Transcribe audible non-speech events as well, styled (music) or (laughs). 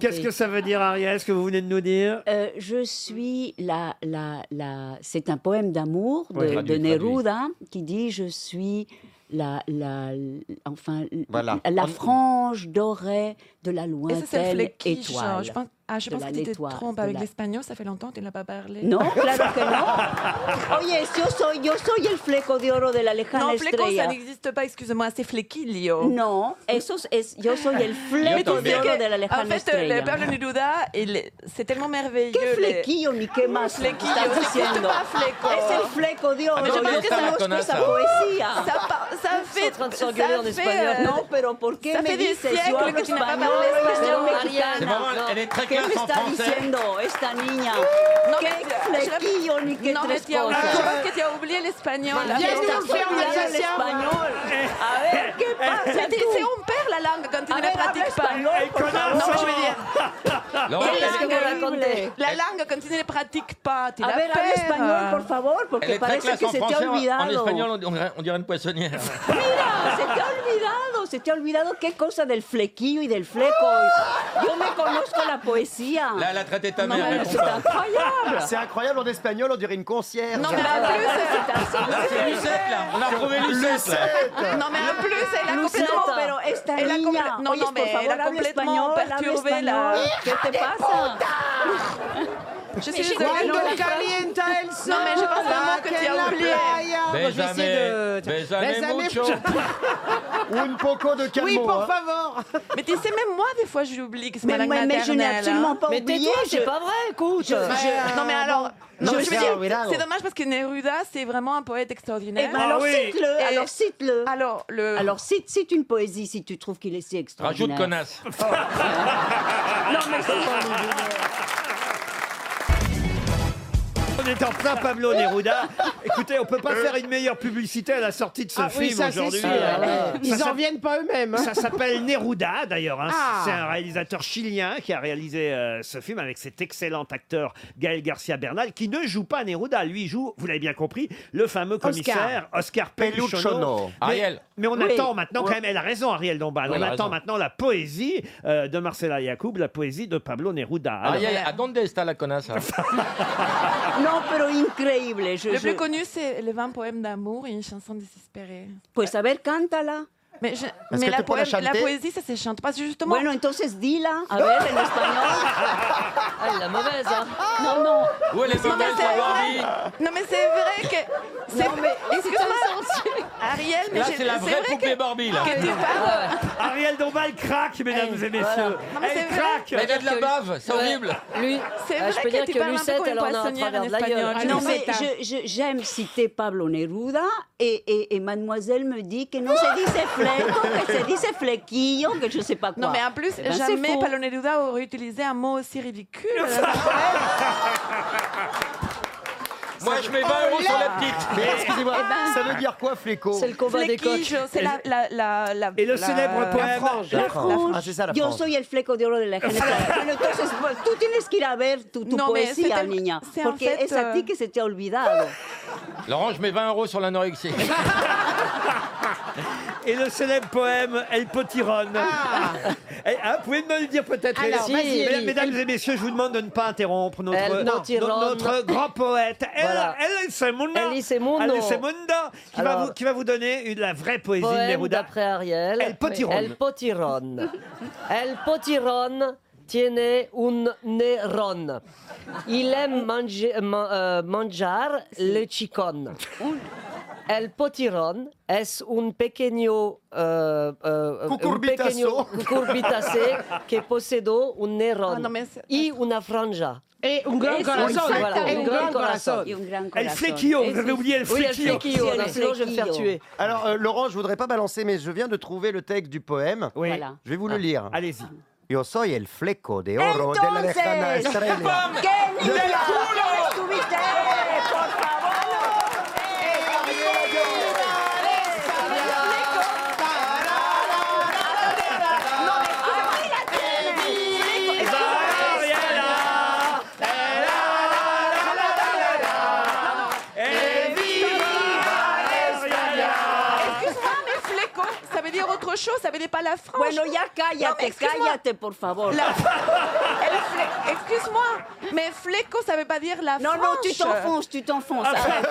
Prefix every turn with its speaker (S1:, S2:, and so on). S1: Qu'est-ce que ça veut dire, Ariel, ce que vous venez de nous dire
S2: Euh, je suis la, la, la... C'est un poème d'amour de,
S1: Oui.
S2: de
S3: Traduit,
S2: Neruda qui dit je suis la, la, l- enfin l-
S3: Voilà.
S2: la
S3: On-
S2: frange dorée de la
S4: Et ça, c'est le
S2: lointaine
S4: flequiche.
S2: étoile.
S4: Je pense, ah, je
S2: De
S4: pense
S2: la
S4: que tu te
S2: l'étoile,
S4: trompes
S2: de
S4: avec
S2: la-
S4: l'espagnol, ça fait longtemps que tu n'as pas parlé.
S2: No, claro que no. (laughs) Oye, yo soy, yo soy el fleco de oro de la lejana
S4: non fleco, ça
S2: estrella.
S4: n'existe pas, excuse-moi, c'est flequillo.
S2: No, eso es, es- yo soy el
S4: Mais tu
S2: fleco de
S4: sais
S2: oro de la
S4: que, en
S2: lejana
S4: fait, le
S2: estrella.
S4: Pablo Neruda, il est- c'est tellement merveilleux.
S2: ¿Qué
S4: les-
S2: flequillo ni qué más
S4: Flequillo,
S2: estás
S4: c'est
S2: diciendo?
S4: pas fleco.
S2: Es el fleco de oro.
S4: Ah, mais je
S2: Yo
S4: pense que ça la
S2: conozco
S3: connasse,
S2: esa
S3: hein.
S2: poesía.
S4: Ça, par- ça fait.
S5: en train de
S4: ça
S5: s'engueuler en
S4: fait,
S5: espagnol.
S4: euh,
S2: No, pero ¿por qué
S4: Ça
S2: me
S4: fait des
S2: dices
S4: siècles
S2: yo hablo
S4: que tu n'as pas
S2: español
S4: parlé
S2: y
S4: espagnol,
S2: soy
S5: Ariane.
S3: C'est
S2: mexicana?
S3: vraiment, elle est très
S2: ¿Qué me
S3: classe en
S2: está
S3: français.
S2: diciendo esta niña?
S4: Non,
S2: ¿Qué
S4: mais-
S2: flequillo ni qué
S4: Non, mais
S2: tres
S4: tu as oublié-
S2: cosas?
S4: je pense que tu as oublié l'espagnol. là.
S2: Viens
S4: T'as-
S2: nous faire un espagnol.
S1: Eh,
S2: A ver, ¿qué pasa
S4: Mais t'es-
S2: tú?
S4: c'est- on perd la langue quand tu
S2: A
S4: ne
S2: ver,
S4: la
S2: habla
S4: pratiques pas.
S1: eh,
S2: español, por favor.
S4: Non, mais
S1: hein.
S4: je veux dire,
S3: Laurent,
S2: Et là-
S3: elle,
S5: Qu'est-ce que vous
S4: Incroyable.
S5: racontez
S4: la langue quand tu ne la pratiques pas, tu
S2: A
S4: la
S2: ver, habla
S4: perds.
S2: español, por favor,
S3: elle
S2: porque
S3: est très
S2: parece
S3: classe
S2: que
S3: en
S2: se te
S3: français.
S2: ha
S3: En, en
S2: olvidado.
S3: espagnol, on dirait, on dirait une poissonnière. (laughs)
S2: Mira, se te ha olvidado, se te ha olvidado qué cosa del flequillo y del fleco. Yo me conozco la poesía.
S3: Là, elle a traité ta
S2: No,
S3: mère.
S2: mais
S3: réponds
S2: c'est
S3: pas.
S2: incroyable.
S6: Ah, C'est incroyable, en espagnol, on dirait une concierge.
S4: Non, mais en plus,
S3: Là, c'est Lucette, là. On a retrouvé Lucette, là.
S4: non, mais en plus, elle a
S2: Luceta,
S4: complètement.
S2: pero esta
S4: Elle a
S2: niña,
S4: compl- non,
S2: oye,
S4: non,
S2: por
S4: mais
S2: favor,
S4: elle a
S2: habla
S4: complètement
S2: español, habla
S4: perturbé la.
S2: español. ¿Qué te pasa?
S4: Je suis désolée. Non, mais-
S5: calienta el sol.
S4: Non, mais je pense vraiment que tu as oublié.
S3: Bésame, bésame mucho.
S6: Ou une poco de calmo.
S5: Oui,
S6: hein.
S5: por favor.
S4: Mais tu sais, même moi, des fois, j'oublie que c'est ma
S2: Mais,
S4: langue
S2: mais, mais je n'ai
S4: maternelle.
S2: absolument
S4: hein.
S2: pas Euh,
S5: Mais
S2: oublié.
S5: tais-toi,
S2: je-
S5: c'est pas vrai, écoute.
S4: Je- Non, mais alors. Non,
S6: non, mais
S4: je
S6: c'est
S4: veux dire,
S6: Neruda.
S4: c'est dommage parce que Neruda, c'est vraiment un poète
S2: Eh
S4: extraordinaire.
S2: ben, alors
S1: Ah oui.
S2: cite-le,
S4: Et-
S2: alors cite-le.
S4: Alors, le.
S2: Alors cite, cite une poésie si tu trouves qu'il est si extraordinaire.
S3: Rajoute connasse.
S2: Non mais c'est pas lui.
S1: On est en plein Pablo Neruda. Écoutez, on peut pas faire une meilleure publicité à la sortie de ce
S5: Ah oui,
S1: film
S5: ça c'est
S1: aujourd'hui. Euh,
S5: sûr.
S1: Ça
S5: Ils en
S1: s'appelle-
S5: viennent pas eux-mêmes. hein.
S1: Ça s'appelle Neruda, d'ailleurs. hein.
S5: Ah.
S1: C'est un réalisateur chilien qui a réalisé euh, ce film avec cet excellent acteur Gaël Garcia Bernal, qui ne joue pas Neruda. Lui joue, vous l'avez bien compris, le fameux commissaire Oscar, Pellucciano.
S6: Pellucciano.
S1: Mais-
S3: Ariel.
S1: Mais on
S2: Oui.
S1: attend maintenant, quand même, elle a raison, Ariel Dombal. on
S3: Oui, elle a
S1: attend
S3: raison.
S1: maintenant la poésie euh, de Marcela Yacoub, la poésie de Pablo Neruda. Alors,
S3: Ariel, à dónde está la connasse hein
S2: Non, pero increíble. Je,
S4: Le
S2: je-
S4: plus connu, c'est les 20 poèmes d'amour et une chanson désespérée.
S2: Pues a ver, cántala.
S4: Mais, je-
S6: Est-ce
S4: mais
S6: que
S4: la,
S6: tu peux la
S4: poème- la
S6: chanter
S4: poésie, ça se chante pas. C'est Justement,
S2: Bueno, entonces dila, a ver, en español.
S5: Ah, elle est la mauvaise. hein.
S2: No, no.
S3: Où elle est
S4: Non, mais
S3: mauvaise,
S4: c'est
S3: la
S4: vrai.
S3: Barbie
S4: Non, mais c'est vrai que. c'est- Excuse-moi, Ariel, mais
S3: Là,
S4: j'ai-
S3: c'est la vraie
S4: vrai
S3: poupée
S4: que-
S3: Barbie, là.
S4: que tu
S2: Ah.
S4: parles.
S1: Ariel Dombal craque, mesdames et messieurs.
S4: Non, mais
S1: Elle
S4: c'est vrai.
S1: craque.
S3: Mais elle a de la bave, c'est
S5: Ouais.
S3: horrible.
S5: Lui,
S4: C'est
S5: ah,
S4: vrai
S5: je peux
S4: que
S5: dire
S4: tu
S5: que
S4: parles un peu
S5: Lucette,
S4: comme une
S5: elle en a un
S4: poissonnière
S5: travers
S4: en
S5: de la gueule.
S4: espagnol. Ah,
S2: Non,
S4: Je
S2: mais
S4: sais pas.
S2: je- je- j'aime citer em, Pablo Neruda et, et- et mademoiselle me dit que non se dice fleco, que se dice flequillo, que je sais pas quoi.
S4: Non, mais en plus,
S2: Eh ben, c'est
S4: jamais
S2: faux.
S4: Pablo Neruda aurait utilisé un mot
S2: (laughs)
S4: aussi ridicule.
S3: Moi, je mets 20 euros sur la petite.
S6: Mais excusez-moi, ça veut dire quoi, Eh Fléco
S5: c'est le combat des coqs.
S4: Flequillo, c'est la, la, la, la-
S1: Et le
S4: la-
S1: célèbre poème.
S2: La
S6: ben, La France.
S2: France,
S6: Ah, c'est ça, la
S2: yo
S6: France.
S2: soy el fleco de oro
S4: (laughs)
S2: de la gente. Bueno, entonces, pues, tú tienes que ir a ver tu, tu
S4: No, me- se
S2: poesía,
S4: te-
S2: niña,
S4: se
S2: porque
S4: en fait,
S2: es a ti
S4: euh,
S2: que se te ha olvidado.
S3: Laurent, je mets 20 euros sur l'anorexie.
S1: Et le célèbre poème El Potiron. (laughs) Eh, hein, vous pouvez me le dire peut-être.
S5: Ah. Alors,
S1: Ellie.
S5: vas-y,
S1: Mesdames-
S5: Ellie.
S1: Mesdames et messieurs, je vous demande de ne pas interrompre notre,
S5: El
S1: no-
S5: Potiron.
S1: no-
S5: (laughs)
S1: notre grand poète. El,
S5: Voilà.
S1: El Semundo.
S5: El Semundo.
S1: El Semundo, qui, va
S5: Alors-
S1: vous, qui va vous donner une- la vraie poésie de
S5: Poème
S1: Neruda.
S5: d'après Ariel.
S1: El Potiron.
S5: El Potiron. El Potiron tiene un nerón. Il aime manger, ma- euh, manjar le chicon. El Potiron es un pequeño, euh, euh, un
S6: Cucurbitazo.
S5: pequeño cucurbitacé que posedo un
S4: Ah,
S5: nerón
S4: non, mais c'est-
S5: y una franja.
S2: Et un
S5: gran corazón, voilà, un gran corazón.
S2: Y un gran
S1: El
S2: corazón.
S1: Flequillo, vous avez oublié El
S5: Oui, el
S1: Flequillo.
S5: flequillo,
S2: Sí, el
S5: non, sinon je vais me faire
S2: flequillo.
S5: tuer.
S6: Alors, euh, Laurent, je voudrais pas balancer, mais je viens de trouver le texte du poème.
S1: Oui.
S2: Voilà.
S6: Je vais vous le lire.
S1: Allez-y.
S6: Yo soy el fleco de oro de la
S2: Entonces-
S6: lejana estrella.
S2: ¡Qué niña! ¿Dónde estuviste? Por favor.
S4: Excuse-moi, mais fleco, ça veut dire autre chaud, ça venait pas la France.
S2: Bueno, ya cállate,
S4: excuse-moi.
S2: cállate, por favor.
S4: La- Elle fle- Excuse-moi, mais fleco, ça veut pas dire la
S2: Non,
S4: France.
S2: non, tu t'enfonces, tu t'enfonces. arrête.